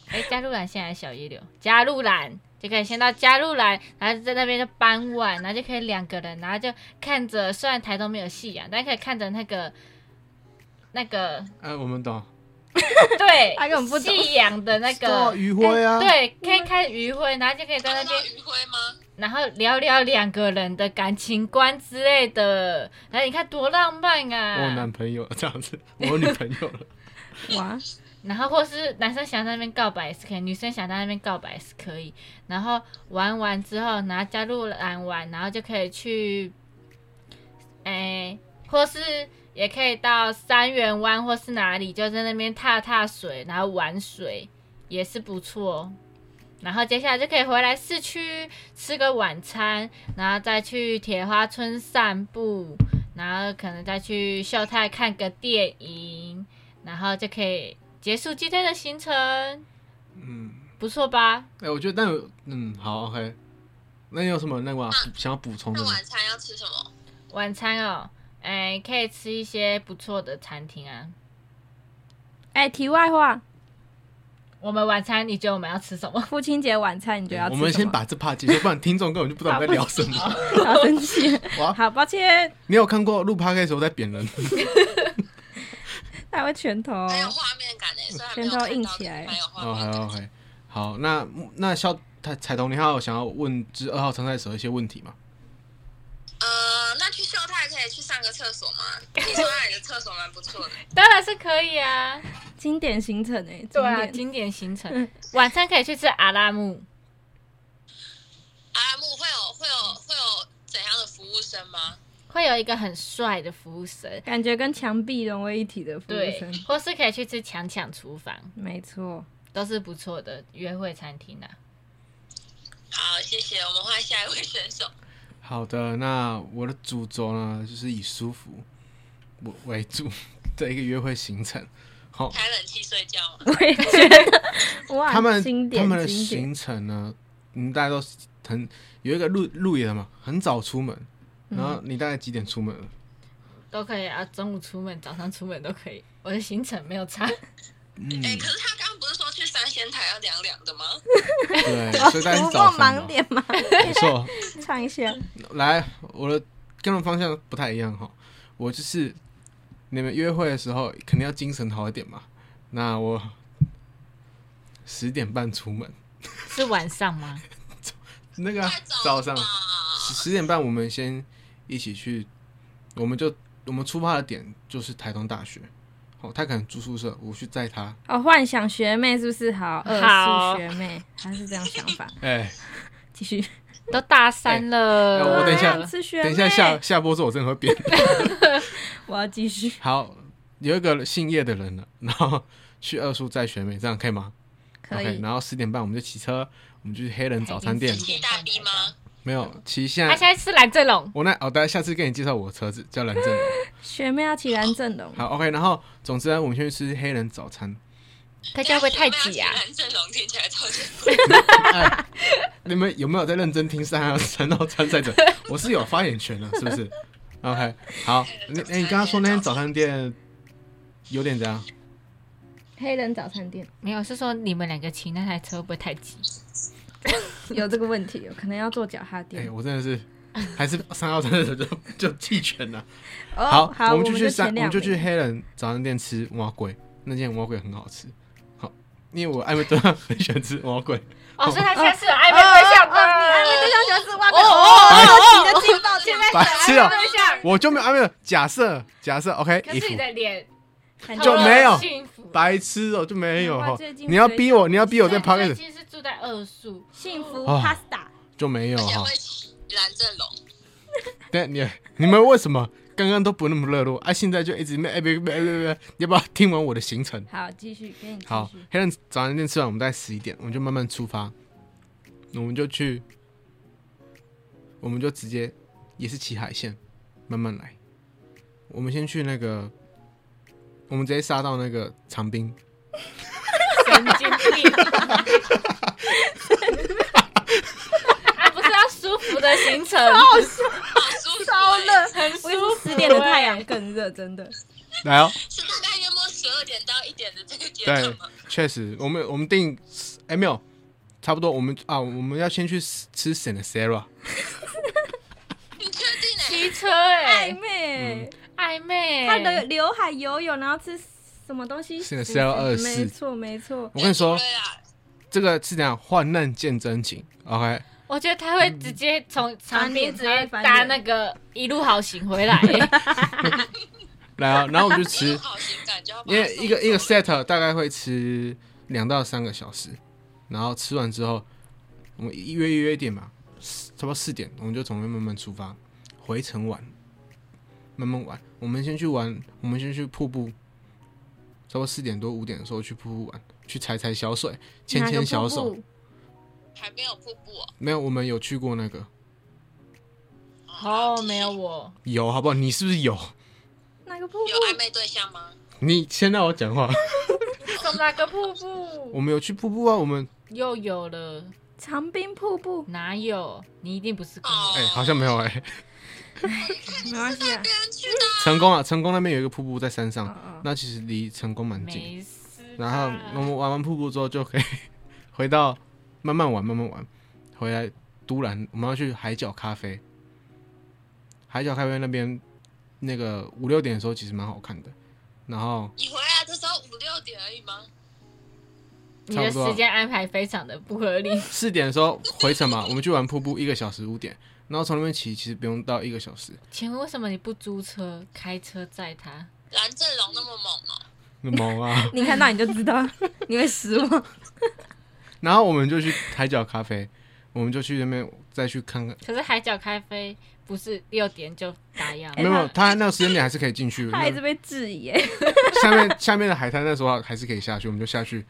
哎，加路兰现在还是小一流，加路兰就可以先到加路兰，然后在那边就傍晚，然后就可以两个人，然后就看着，虽然台东没有夕阳，但可以看着那个那个哎、我们 懂，对，他根本不懂夕阳的那哦个余晖啊哎对，可以看余晖，然后就可以在那看边到余晖吗？然后聊聊两个人的感情观之类的，然后你看多浪漫我有啊！男朋友了这样子，我有女朋友了，哇，然后或是男生想在那边告白也是可以，女生想在那边告白也是可以。然后玩完之后，然后加入蓝玩，然后就可以去，哎，或是也可以到三元湾或是哪里，就在那边踏踏水，然后玩水也是不错哦。然后接下来就可以回来市区吃个晚餐，然后再去铁花村散步，然后可能再去秀泰看个电影，然后就可以结束今天的行程，嗯，不错吧？哎、我觉得那有嗯好 OK，那你有什么那个吗想要补充的那吗？晚餐要吃什么？晚餐哦，哎，可以吃一些不错的餐厅啊。哎，题外话，我们晚餐，你觉得我们要吃什么？ 父亲节晚餐你觉得啊要吃我什么？们先把这 part 结束，不然听众根本就不知道我们在聊什么。 好生气，哇，好抱歉， 你有看过录 p o d c a s 时候在扁人？他会拳头，哦哎很有画面感诶，虽然没拳有头看硬到，起但来是蛮有画哦，面还感。 OK，好，那那肖彩彩彤，你还有想要问之二号参赛者一些问题吗？呃，那去秀泰可以去上个厕所吗？听说那里的厕所蛮不错的。当然是可以啊。经典行程哎，对啊，经典经典行程，晚餐可以去吃阿拉木。阿拉木会有会有会有生吗？会有一个很帅的服务生，感觉跟墙壁融为一体的服务对生，，或是可以去吃强强厨房，没错。都是不错的约会餐厅啊。好，谢谢，我们换下一位选手。好的，那我的主轴呢，就是以舒服为为主的一个约会行程。好、开冷气睡觉吗？我也觉得，哇，他们经他典们的经典，行程呢，嗯，大家都很有一个路路野嘛，很早出门，嗯然后你大概几点出门？都可以啊，中午出门、早上出门都可以。我的行程没 有差，嗯，哎、可是他刚刚不是说去三仙台要凉凉的吗？嗯对，所以大概哦突破是早上哦盲嘛。点嘛，没错，唱一下。来，我的跟人方向不太一样哈。我就是你们约会的时候，肯定要精神好一点嘛。那我十点半出门，是晚上吗？那个啊太早早上了吧？十十点半，我们先一起去，我们就我们出发的点就是台东大学。哦，他可能住宿舍，我去载他。哦，幻想学妹是不是好？好恶俗学妹，她是这样想法。哎、继续，都大三了，啊哎我等一下我想吃学妹。等一下下，下播之后我真的会变。 我要继续。好，有一个姓叶的人了，然后去二叔载学妹，这样可以吗？可 OK，以，然后十点半我们就骑车，我们就去黑人早餐店台。北骑大 B 吗？没有骑现他在，现在是蓝正龙，我那好，大家下次跟你介绍我的车子叫蓝正 龙。学妹要骑蓝正哦龙，好，OK，然后总之呢，我们先去吃黑人早餐。他这样会不会太挤啊等一下学妹要？骑蓝正龙听起来超级哎你们有没有在认真听三号三号 参赛者？我是有发言权的，是不是？OK，好， 你哎你刚刚说那间早餐店有点怎样？黑人早餐店没有，是说你们两个骑那台车会不会太挤？有这个问题，哦有可能要做脚踏哎、垫。我真的是还是三号参赛者就就弃权了。哦，好，好，们们就去前三，我两们就去名。黑人早餐店吃蛙龟，那间蛙龟很好吃。好，因为我艾美顿很喜欢吃蛙 龟，哦，所以他现在是有暧昧对象哦哦哦你暧昧的。对象喜欢吃蛙哦哦哦，你的劲爆现点在，白是痴有啊暧昧对象，我就没有艾美顿。假设假设，OK，可衣是你服的脸感觉就没有幸福。白痴哦、就没有难怪哈啊最。近你要追逼我，你要逼我在 p o c k 所以最 e t 近是住在二宿，幸福哦 pasta。就没有哦而且哈。会骑蓝正龙。但你你们为什么刚刚都不那么热络啊？现在就一直没哎别别别别，别要不要听完我的行程？好，继续给你继 好续。，黑人早餐店吃完，我们大概十一点，我们就慢慢出发，我们就去，我们就直接也是骑海线，慢慢来。我们先去那个，我们直接杀到那个长滨，神经 病。啊，不是要舒服的 行程，好舒服、超欸，热，很舒我也服。欸是十点的太阳更热，真 的。来 哦，是大概约莫十二点到一点的这个阶对段吗？，确实，我们我们定，哎、没有，差不多，我们啊，我们要先去吃 s a n Sarah，你确定哎、骑车哎、暧昧，暧昧、嗯他的刘海游泳，然后吃什么东西？是的是要二十四没错没错。我跟你说对，啊，这个是怎样患难见真情，OK，我觉得他会直接从长滨直接翻脸搭那个一路好行 回来、欸，来啊，然后我们就你 吃。有好情感就要把因它为送一个走一个 set 大概会吃两到三个小时，然后吃完之后，我们一约一约一点嘛，四差不多四点，我们就从那边慢慢出发，回程玩，慢慢玩。我们先去玩，我们先去瀑布，差不多四点多五点的时候去瀑布玩，去踩踩小水，牵哪个牵小瀑布手。还没有瀑布、哦，没有，我们有去过那个哦，没有我，有好不好？你是不是有？哪个瀑有暧布？昧对象吗？你先让我讲 话。从哪个瀑布我们有去瀑布啊，我们又有了？长滨瀑布，哪有？你一定不是跟我。哎、好像没有哎、 没关系啊。别人去的啊，成功了，成功那边有一个瀑布在山哦上，哦，那其实离成功蛮近。嗯没事啊吧。然后我们玩完瀑布之后就可以 回到慢慢玩，慢慢玩，回来都兰，我们要去海角咖啡。海角咖啡那边那个五六点的时候其实蛮好看的，然后你回来的时候五六点而已吗？你差的不多啊时间安排非常的不合理，四点的时候回程嘛，我们去玩瀑布一个小时五点，然后从那边骑其实不用到一个小 时，请问为什么你不租车开车载他？蓝正龙那么猛哦，那猛啊！你看到你就知道， 你会失望。然后我们就去海角咖啡，我们就去那边再去看看，可是海角咖啡不是六点就打烊。没有，他那个时间点还是可以 进去。哎他那还是被质疑哎耶。下面下面的海滩那时候还是可以下去，我们就下去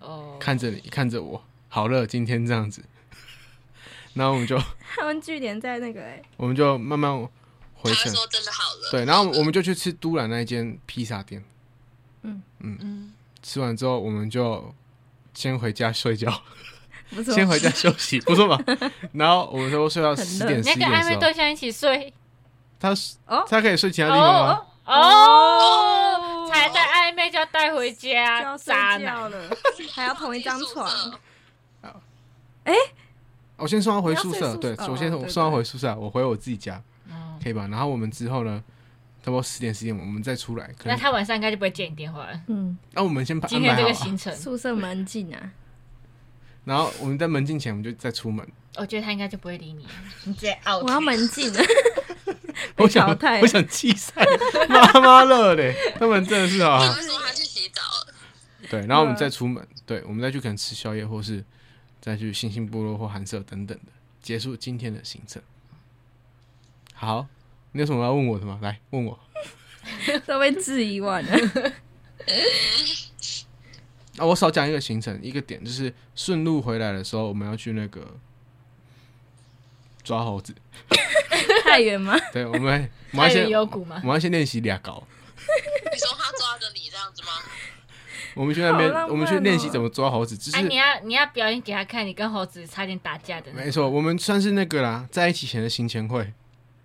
哦，看着你，看着我，好热，今天这样子。然后我们就 他们据点在那个哎，我们就慢慢回他会程，说真的好了。对，然后我们就去吃都兰那一间披萨店，嗯，吃完之后我们就先回家睡觉，不错，先回家休息，不 错吧？然后我们都睡到很热十点你十要一跟点的暧时昧候，对象一起睡他哦他可以睡其他地方吗？哦哦，才在暧昧就要带回就家，要睡渣男觉了，还要同一张床，我先送他回宿哦你要舍，睡宿对，哦我先哦对对送他回宿舍，我回我自己家，哦可以吧？然后我们之后呢，差不多十点十点我们再出来，可那能他晚上应该就不会接你电话啊了。嗯，那我们先安今排天这个好啊，行程，宿舍门禁啊，然后我们在门禁前我们就再出门。我觉得他应该就不会理你，你直接 out 我。要门禁啊了，被我想淘汰我想弃赛，妈妈乐 嘞，他们真的是啊，他们说他去洗澡了，对，然后我们再出门，嗯对，我们再去可能吃宵夜，或是再去星星部落或寒舍等等的，结束今天的行程。好，你有什么要问我的吗？来问我。 都被质疑完了。啊，我少讲一个行程，一个点就是顺路回来的时候，我们要去那个抓猴子。 太远吗？对，我们我们要太先原哎有啊股吗我？们要先练习俩搞。你说他抓着你这样子吗？我们去那边好浪漫，哦我们去练习怎么抓猴子，就哎，是你要你要表演给他看，你跟猴子差点打架的，没错，我们算是那个啦，在一起前的行前会，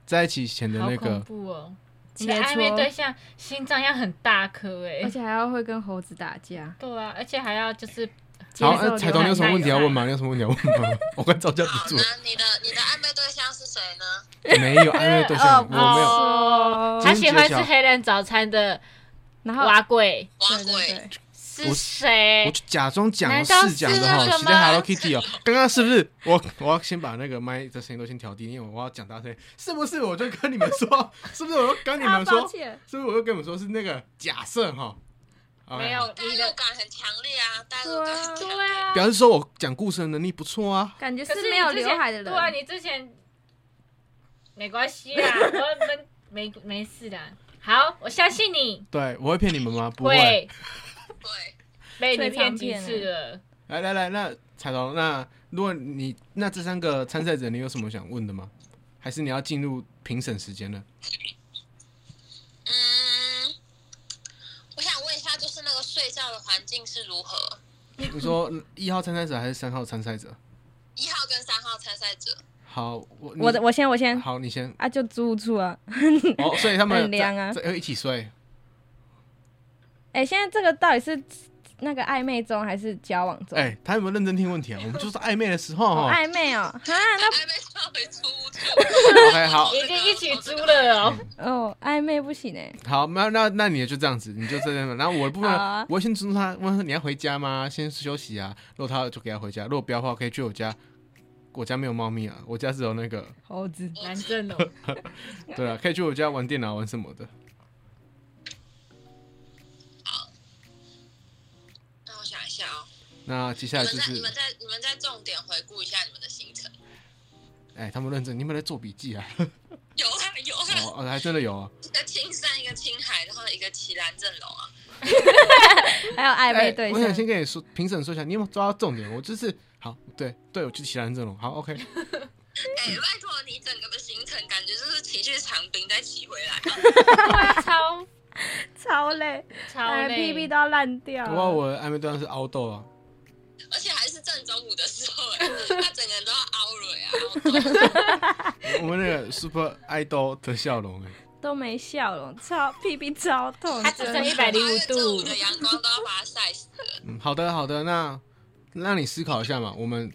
在一起前的好那恐个，怖哦！你切的暧昧对磋，象心脏要很大颗哎而，且还要会跟猴子打架。对啊，而且还要就是接好，受呃流彩彤，你有什么问题要问吗？流你有什么问题要问吗？ 我快招架好，不 住了，那你的你的暧昧对象是谁呢？没有暧昧对象，哦我啊没有。哦今他天喜欢揭吃晓黑人早餐的然后蛙贵挖对对鬼，对，不是是我谁？就假装讲了难道是讲是的哈，那个期待吗 Hello Kitty 哦。刚刚是不是我我要先把那个麦的声音都先调低，因为我要讲大声，是不是？我就跟你们说，是不是？我就跟你啊，们抱说，歉，是不是？我就跟你们说是那个假设哈。OK，没有代你哎入的，感很强烈啊，代入感很强对烈。啊，表示说我讲故事的能力不错啊。感觉可是没有你之刘前海的人。对啊，你之 前没关系啦，我们没没事的。好，我相信你 对，我会骗你们吗？不会。会对，被你最骗常几骗次了。来来来，那彩彤，那如果你那这三个参赛者，你有什么想问的吗？还是你要进入评审时间了？嗯，我想问一下，就是那个睡觉的环境是如何？你说一号参赛者还是三号参赛者？一号跟三号参赛者，好，我你我的我先我先好，你先。啊，就租住啊。哦，所以他们很凉啊在在一起睡，哎、现在这个到底是那个暧昧中还是交往中？哎、他有没有认真听问题啊？我们就是暧昧的时候哦哈。暧昧哦，哈，那暧昧稍微出处。 OK，好已啊经一起租了哦，哦暧昧不行哎，好，那那那你就这样子，你就这样子。然后我的部分好啊，我会先尊重他，问他你要回家吗？先休息啊。如果他就给他回家，如果不要的话，可以去我家。我家没有猫咪啊，我家只有那个，猴子 难正哦。对啊，可以去我家玩电脑玩什么的。那我想一下哦，那接下你来们就在你是们，在你们在重点回顾一下你们的行程。哎，他们认真，你们在做笔 记啊？有啊有啊，哦，哦还真的有啊。一个青山，一个青海，然后一个奇兰阵容啊。还有暧昧对哎我想先象，跟你说，评审说一下，你有没有抓到重点？我就是好，对对，我就是其他人阵容，好，OK。哎、拜托你整个的行程感觉就是骑去长滨再骑回来，啊超超累，超累 p p 都要烂掉了。不过我的暧昧对象是凹豆啊，而且还是正中午的时候、 哎，他整个人都要凹了呀、啊。我们那个 Super Idol 的笑容哎、都没笑容，超屁屁超痛，他只真剩的一百零八五月正午度，的阳光都要把它晒死了。嗯，好的好的，那让你思考一下嘛，我们，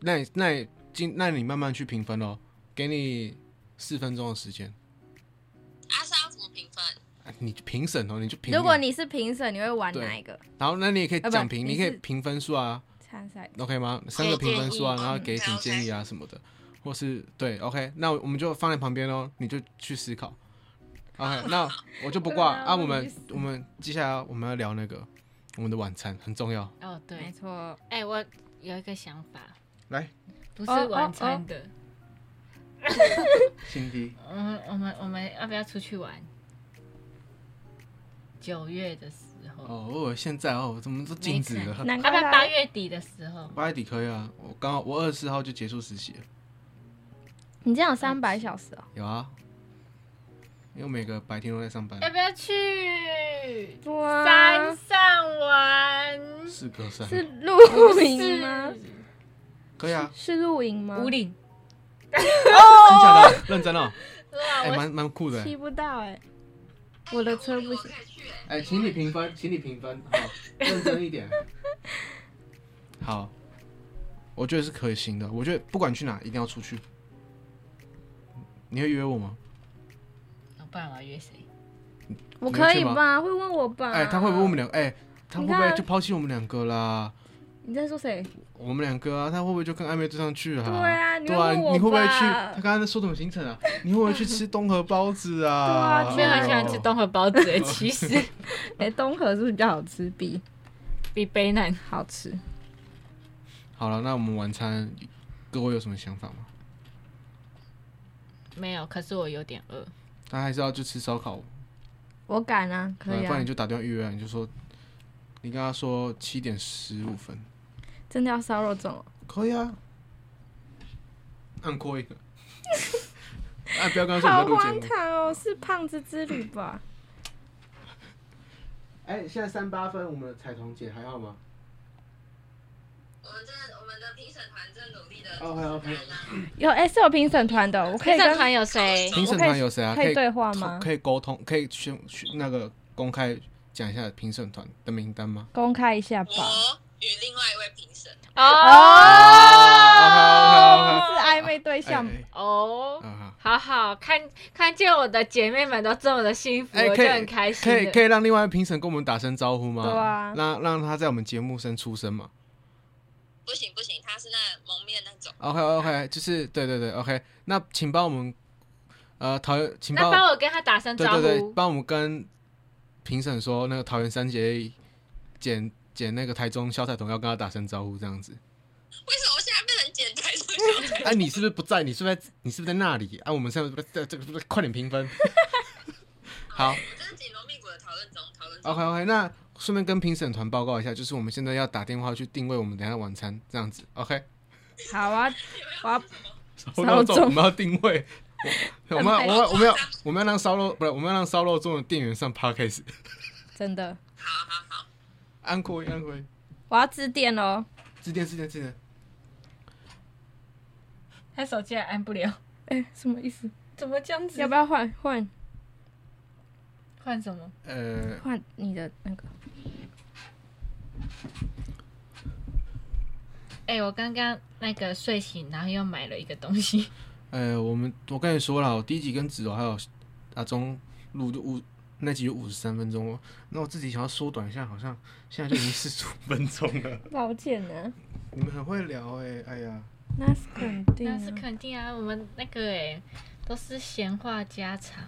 那你那你今那你慢慢去评分哦，给你四分钟的时间，阿莎要怎么评分？啊你评审哦，你就评量。如果你是评审，你会玩哪一个然后那你也可以啊不讲评，你你可以是评分数啊参赛？ ，OK 吗？三个评分数啊，建议嗯然后给一点建议啊什么的，或是对 OK，那我们就放在旁边哦，你就去思考。OK，那我就不挂对啊啊。我我也们是我们接下来我们要聊那个我们的晚餐很重要，哦没对，错，哎，我有一个想法，来，不是哦哦晚餐的，心机，我们我们我们要不要出去玩？九月的时候，哦，我现在哦，怎么都禁止了？难 要怪不然他八月底的时候，八月底可以啊，我刚好我二十四号就结束实习了。你这样三百小时哦、有啊，因为我每个白天都在上班，要不要去哇山上玩？四个三是露是营吗？可以啊，是露营吗？五岭，真假的？认真哦，对啊，哎，我蛮蛮酷的欸。骑不到哎、我的车不我行。可以去、哎，请你评分，请你评分， 好，认真一点。好，我觉得是可行的。我觉得不管去哪，一定要出去。你会约我吗？哦不然我要约谁？我可以你会去吧？会问我吧？哎，他会不会我们两哎，他会不啊你会看就抛弃我们两个啦？你在说谁？我们两个啊，他会不会就跟暧昧对象去啊？对啊你对问我你会不会吧去？他刚刚说什么行程啊？你会不会去吃东河包 子对啊？啊没有很喜欢吃东河包子 欸，其实哎、东河是不是比较好吃？比比北南好吃。好了，那我们晚餐各位有什么想法吗？没有，可是我有点饿。他还是要去吃烧烤，我敢啊，可以不然啊你。就打电话预约，你就说你跟他说七点十五分，真的要烧肉粽哦、可以啊，按过一个。 哎，不要跟他说我们在录节目。唐哦、是胖子之旅吧？哎，现在三八分，我们的彩彤姐还好吗？我们这我们的评审团正努力的。哦还 OK 有哎、是有评审团的哦、我可以评审跟团有谁？评审团有谁啊？可以对话吗可以沟通，可以宣宣那个公开讲一下评审团的名单吗？公开一下吧。我与另外一位评审，哦是暧昧对哎象，哎哦，啊好。好好看，看见我的姐妹们都这么的幸福，哎、我可就以很开心可了。以可以让另外一位评审跟我们打声招呼吗？对啊让让他在我们节目声出声嘛。不行不行，他是那蒙面那种。 OK OK，就是对对对 OK，那请帮我们呃桃园，请那帮帮我跟他打声对招呼。对对，帮我们跟评审说那个桃园三姐剪剪那个台中肖彩彤要跟他打声招呼这样子。为什么我现在变成剪裁这 个？ 哎、你是不是不在？你是不是在？你是不是在那里？啊，我们现在不是在这个，快点评分。好我真是紧锣密鼓的讨论中，讨论中。 ，OK OK，那顺便跟评审团报告一下，就是我们现在要打电话去定位我们等一下晚餐这样子，OK。好啊，我要烧肉粽，粽我们要定位。我我们要很我们要我们要我们要让烧肉不是我们要让烧肉粽的店员上 podcast。真的，好好好，安徽安徽，我要致电哦。致电致电致电。他手机还按不了，哎、什么意思？怎么这样子？要要不不要要换换换什么？呃，换你的那个？哎、我刚刚那个睡醒，然后又买了一个东西，呃，我们我跟你说了，我第一集跟子柔还有阿忠录就五那集有五十三分钟哦，那我自己想要缩短一下，好像现在就已经四十五分钟 了。抱歉呢、啊，你们很会聊哎、哎呀，那是肯定、那啊，是肯定啊。我们那个哎、都是闲话家常。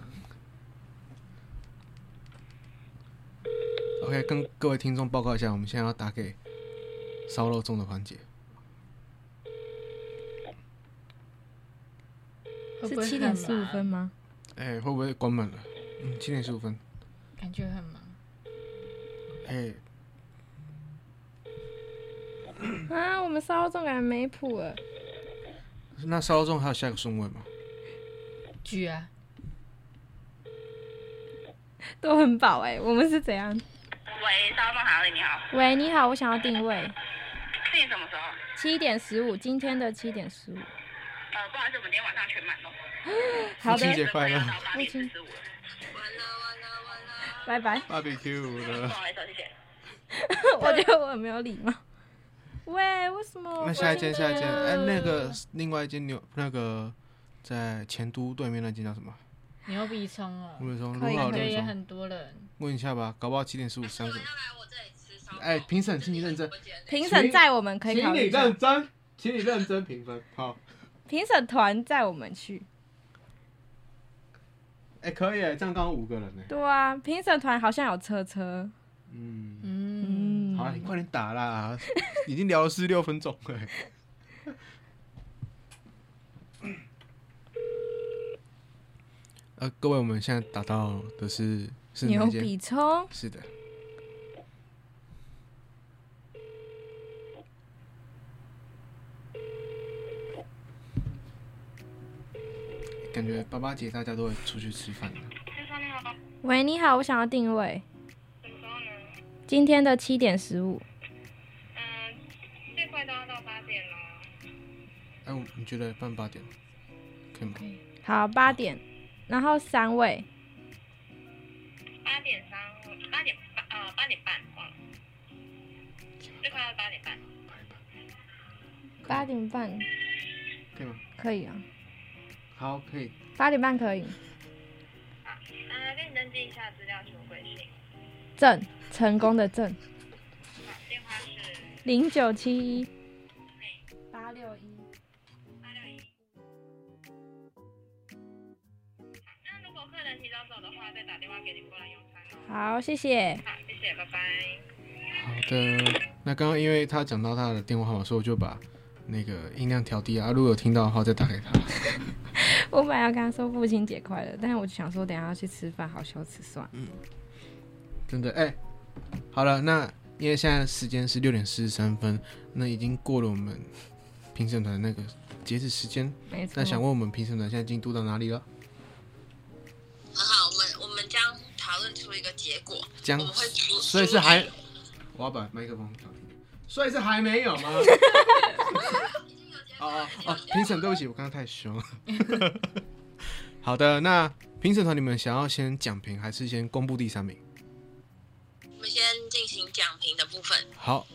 OK，跟各位听众报告一下，我们现在要打给烧肉粽的环节。会不会是七很点十五忙分，吗？哎、会不会关门了？嗯，七点十五分。感觉很忙。哎、啊，我们烧肉粽感觉没谱了。那烧肉粽还有下一个顺位吗？举啊，都很饱哎、我们是怎样？喂，沙发哪里？你好，喂，你好，我想要定位，是你什么时候？七点十五，今天的七点十五。呃，不好意思，我们今天晚上全满了，好父亲节的，快乐要到八点父亲十五了。完了完了完了。拜 拜。 ，barbecue 不了。好意思，谢谢。我觉得我很没有礼貌。喂，为什么？那下一间，下一间，哎、了那个另外一间牛，那个在前都对面那间叫什么？牛鼻葱哦，陆伟松，可以卢老可感觉以六也松，很多人。问一下吧，搞不好七点十五三你个们。要来我这里吃烧烤？哎评审请你认真这是直播间的评审在我们可以考虑一下。真， 请你认真评分。好，评审团载我们去。哎、可以，这样刚刚五个人呢。对啊，评审团好像有车车。嗯，嗯，嗯，好了，你快点打啦，已经聊了十六分钟了。 呃，各位，我们现在打到的是是哪牛一间比冲，是的，感觉爸爸节大家都会出去吃饭了。先生你好，喂，你好，我想要定位什么时候呢？今天的七点十五，嗯，最快都要到八点了。哎、我你觉得办八点可以吗？好，八点，然后三位，八点三，八点半，呃，八点半，忘了，最快要八点半。拍一拍，八点半可以吗？可以啊，好，可以。八点半可以。呃嗯，给你登记一下资料，请贵姓？正成功的正电话是零九七一八六一。八六一。那如果客人提早走的话，再打电话给你过来用餐哦。好，谢谢。好，谢谢，拜拜。好的，那刚刚因为他讲到他的电话号码，所以我就把那个音量调低啊。如果有听到的话，再打给他。我本来要跟他说父亲节快乐，但是我就想说等一下要去吃饭，好羞耻，算嗯了。真的，哎、好了，那因为现在时间是六点四十三分，那已经过了我们 评审团那个截止时间。没错。那想问我们评审团现在进度到哪里了？很好，我们我们将讨论出一个结果，将我们会出，嗯所以是还出我要把麦克风调低点，所以是还没有 吗？哦哦哦！评审，对不起，我刚刚太凶了。 好的，那评审团你们想要先讲评，还是先公布第三名？我们先进行讲评的部分。好，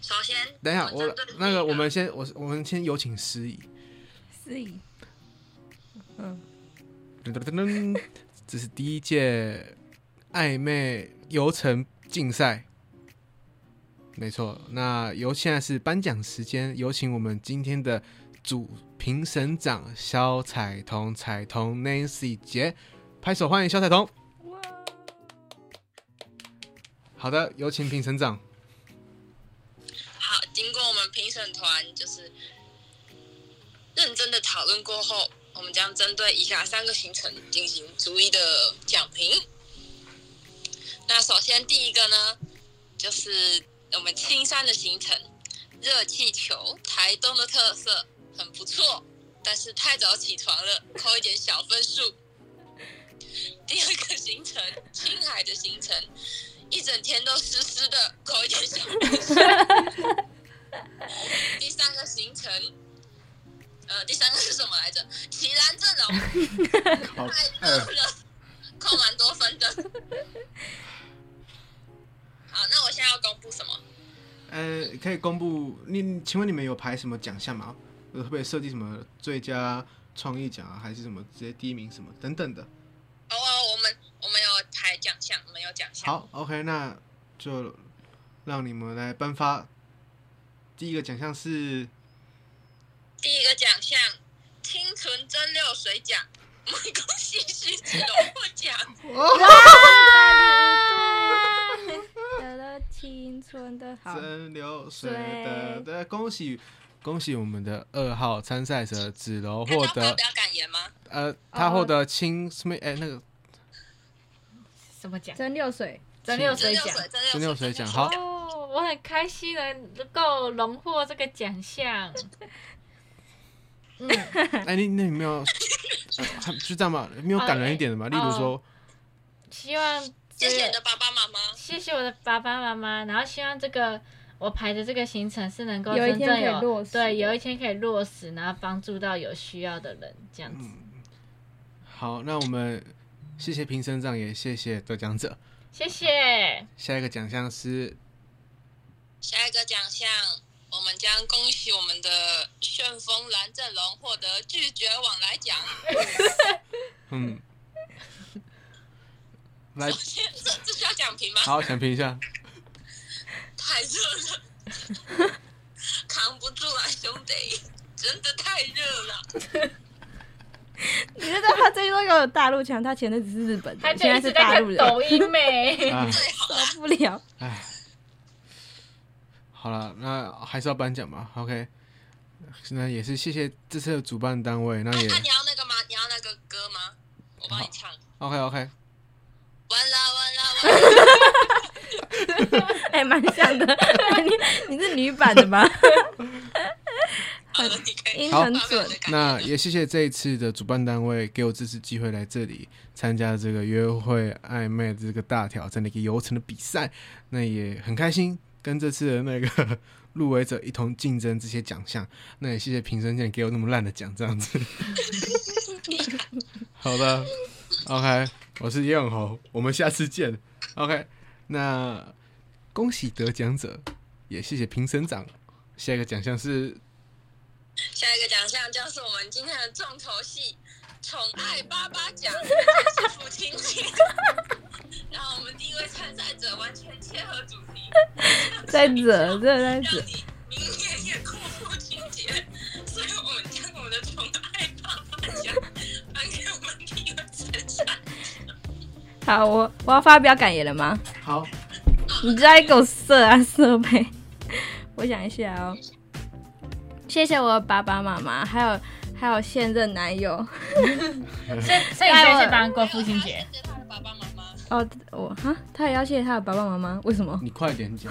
首先，等一下，我针对第那一个我们先我我们先有请司仪。思怡，嗯，噔噔噔噔，这是第一届暧昧游程竞赛，没错。那由现在是颁奖时间，有请我们今天的主评审长肖彩彤、彩彤 Nancy 杰，拍手欢迎肖彩彤。哇，好的，有请评审长。好，经过我们评审团就是认真的讨论过后，我们将针对以下三个行程进行逐一的讲评。那首先第一个呢，就是我们青山的行程，热气球，台东的特色，很不错，但是太早起床了，扣一点小分数。第二个行程，青海的行程，一整天都湿湿的，扣一点小分数。第三个行程，呃，第三个是什么来着？奇兰阵容好，太热了， 扣蛮多分的。好，那我现在要公布什么？呃，可以公布你，请问你们有排什么奖项吗？有特别设计什么最佳创意奖啊，还是什么直接第一名什么等等的？哦哦，我们我们有排奖项，我们有奖项。好，OK，那就让你们来颁发。第一个奖项是第一个奖项清纯蒸馏水 奖，我们恭喜徐子龙获奖。有了青春的好，蒸馏水水的的，恭喜恭喜我们的二号参赛者子柔那获高高得不，要感言吗？呃，他获得青什么？哎、那个什么奖？蒸馏水，蒸馏蒸水馏奖。水，蒸蒸馏水奖，好，哦，我很开心能够荣获这个奖项。嗯，哎、你那你没有， 呃还就这样吧，没有感人一点的嘛？例如说，希望谢这谢你个的爸爸妈妈。谢谢我的爸爸妈妈，然后希望这个我排的这个行程是能够有一真天正可以有落实对，有一天可以落实，然后帮助到有需要的人，这样子。嗯，好，那我们谢谢评审长，也谢谢得奖者。谢谢，下一个奖项是下一个奖项，我们将恭喜我们的旋风蓝阵容获得拒绝往来奖。 嗯，来首，先，这这需要讲评吗？好，想评一下。太热了， 扛不住啊，兄弟，真的太热了。你知道他最多有大陆腔，他前阵子是日本他的，就现在一直是在大陆人，看抖音美。啊，受不了。哎，好了，那还是要颁奖嘛。OK，那也是谢谢这次的主办单位，那那、也啊那你要那个吗？你要那那个歌吗？我帮你唱。 OK OK，完啦完啦完啦！哎、蛮像 的。你你是女版的吧？好了，你可以音好很发表准你的。 感那觉。也谢谢这一次的主办单位给我这次机会来这里参加这个约会暧昧这个大挑战的一个游程的比赛，那也很开心跟这次的那个入围者一同竞争这些奖项。那也谢谢评审竟然给我那么烂的奖，这样子。好的，OK，我是叶永侯，我们下次见。OK，那恭喜得奖者，也谢谢评审长。下一个奖项是下一个奖项将是我们今天的重头戏——宠爱八八奖， 这是父亲节。然后我们第一位参赛者完全切合主题，在 惹，真的在让惹。你明年也过父亲节，所以我们将我们的宠爱八八奖颁给我们第一位参赛者。好，我我要发表感言了吗？好。你再给我射啊射呗！我想一下哦，谢谢我的爸爸妈妈，还有还有现任男友。所以所以 你这次帮过父亲节，谢谢他的爸爸妈妈，哦，我哈，他也要谢谢他的爸爸妈妈，为什么？你快点讲，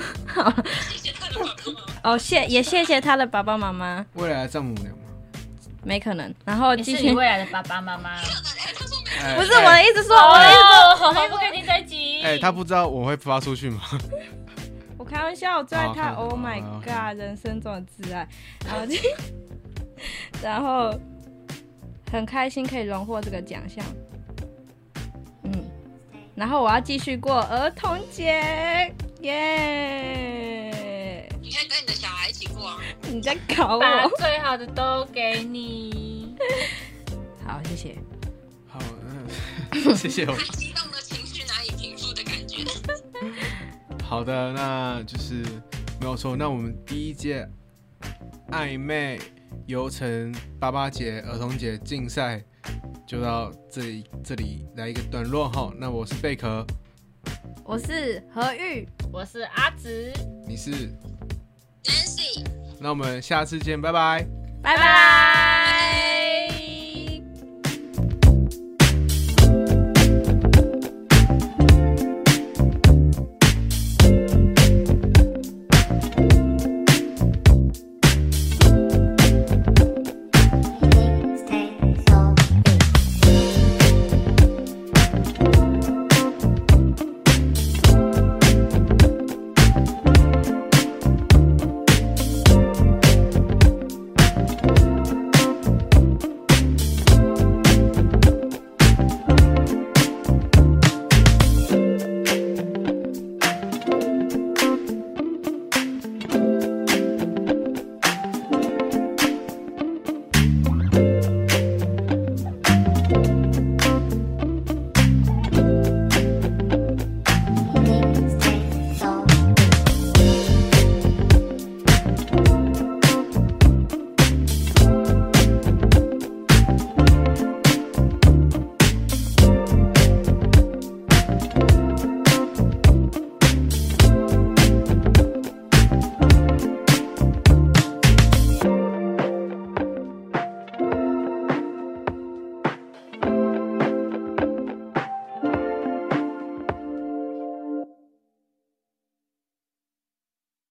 谢谢他的爸爸妈妈。哦，谢也谢谢他的爸爸妈妈，未来的丈母娘吗？没可能。然后你继是续你，未来的爸爸妈妈。哎，他说没哎不是我的意思说，我的意思 哦，好好不跟你在一起。哎、他不知道我会发出去吗？我开玩笑，我最爱哦他。开玩 oh my 哦，OK god，人生中的挚爱。然后就，然后很开心可以荣获这个奖项。嗯，然后我要继续过儿童节，耶、你可以跟你的小孩一起过啊。你在搞我？把最好的都给你。好，谢谢。 好，嗯，谢谢我。他激动的情绪难以平复的感觉。好的，那就是没有错。那我们第一届暧昧游程八八节儿童节竞赛就到这里，这里来一个段落哈。那我是贝壳，我是何玉，我是阿紫，你是， Nancy。那我们下次见，拜拜。拜拜。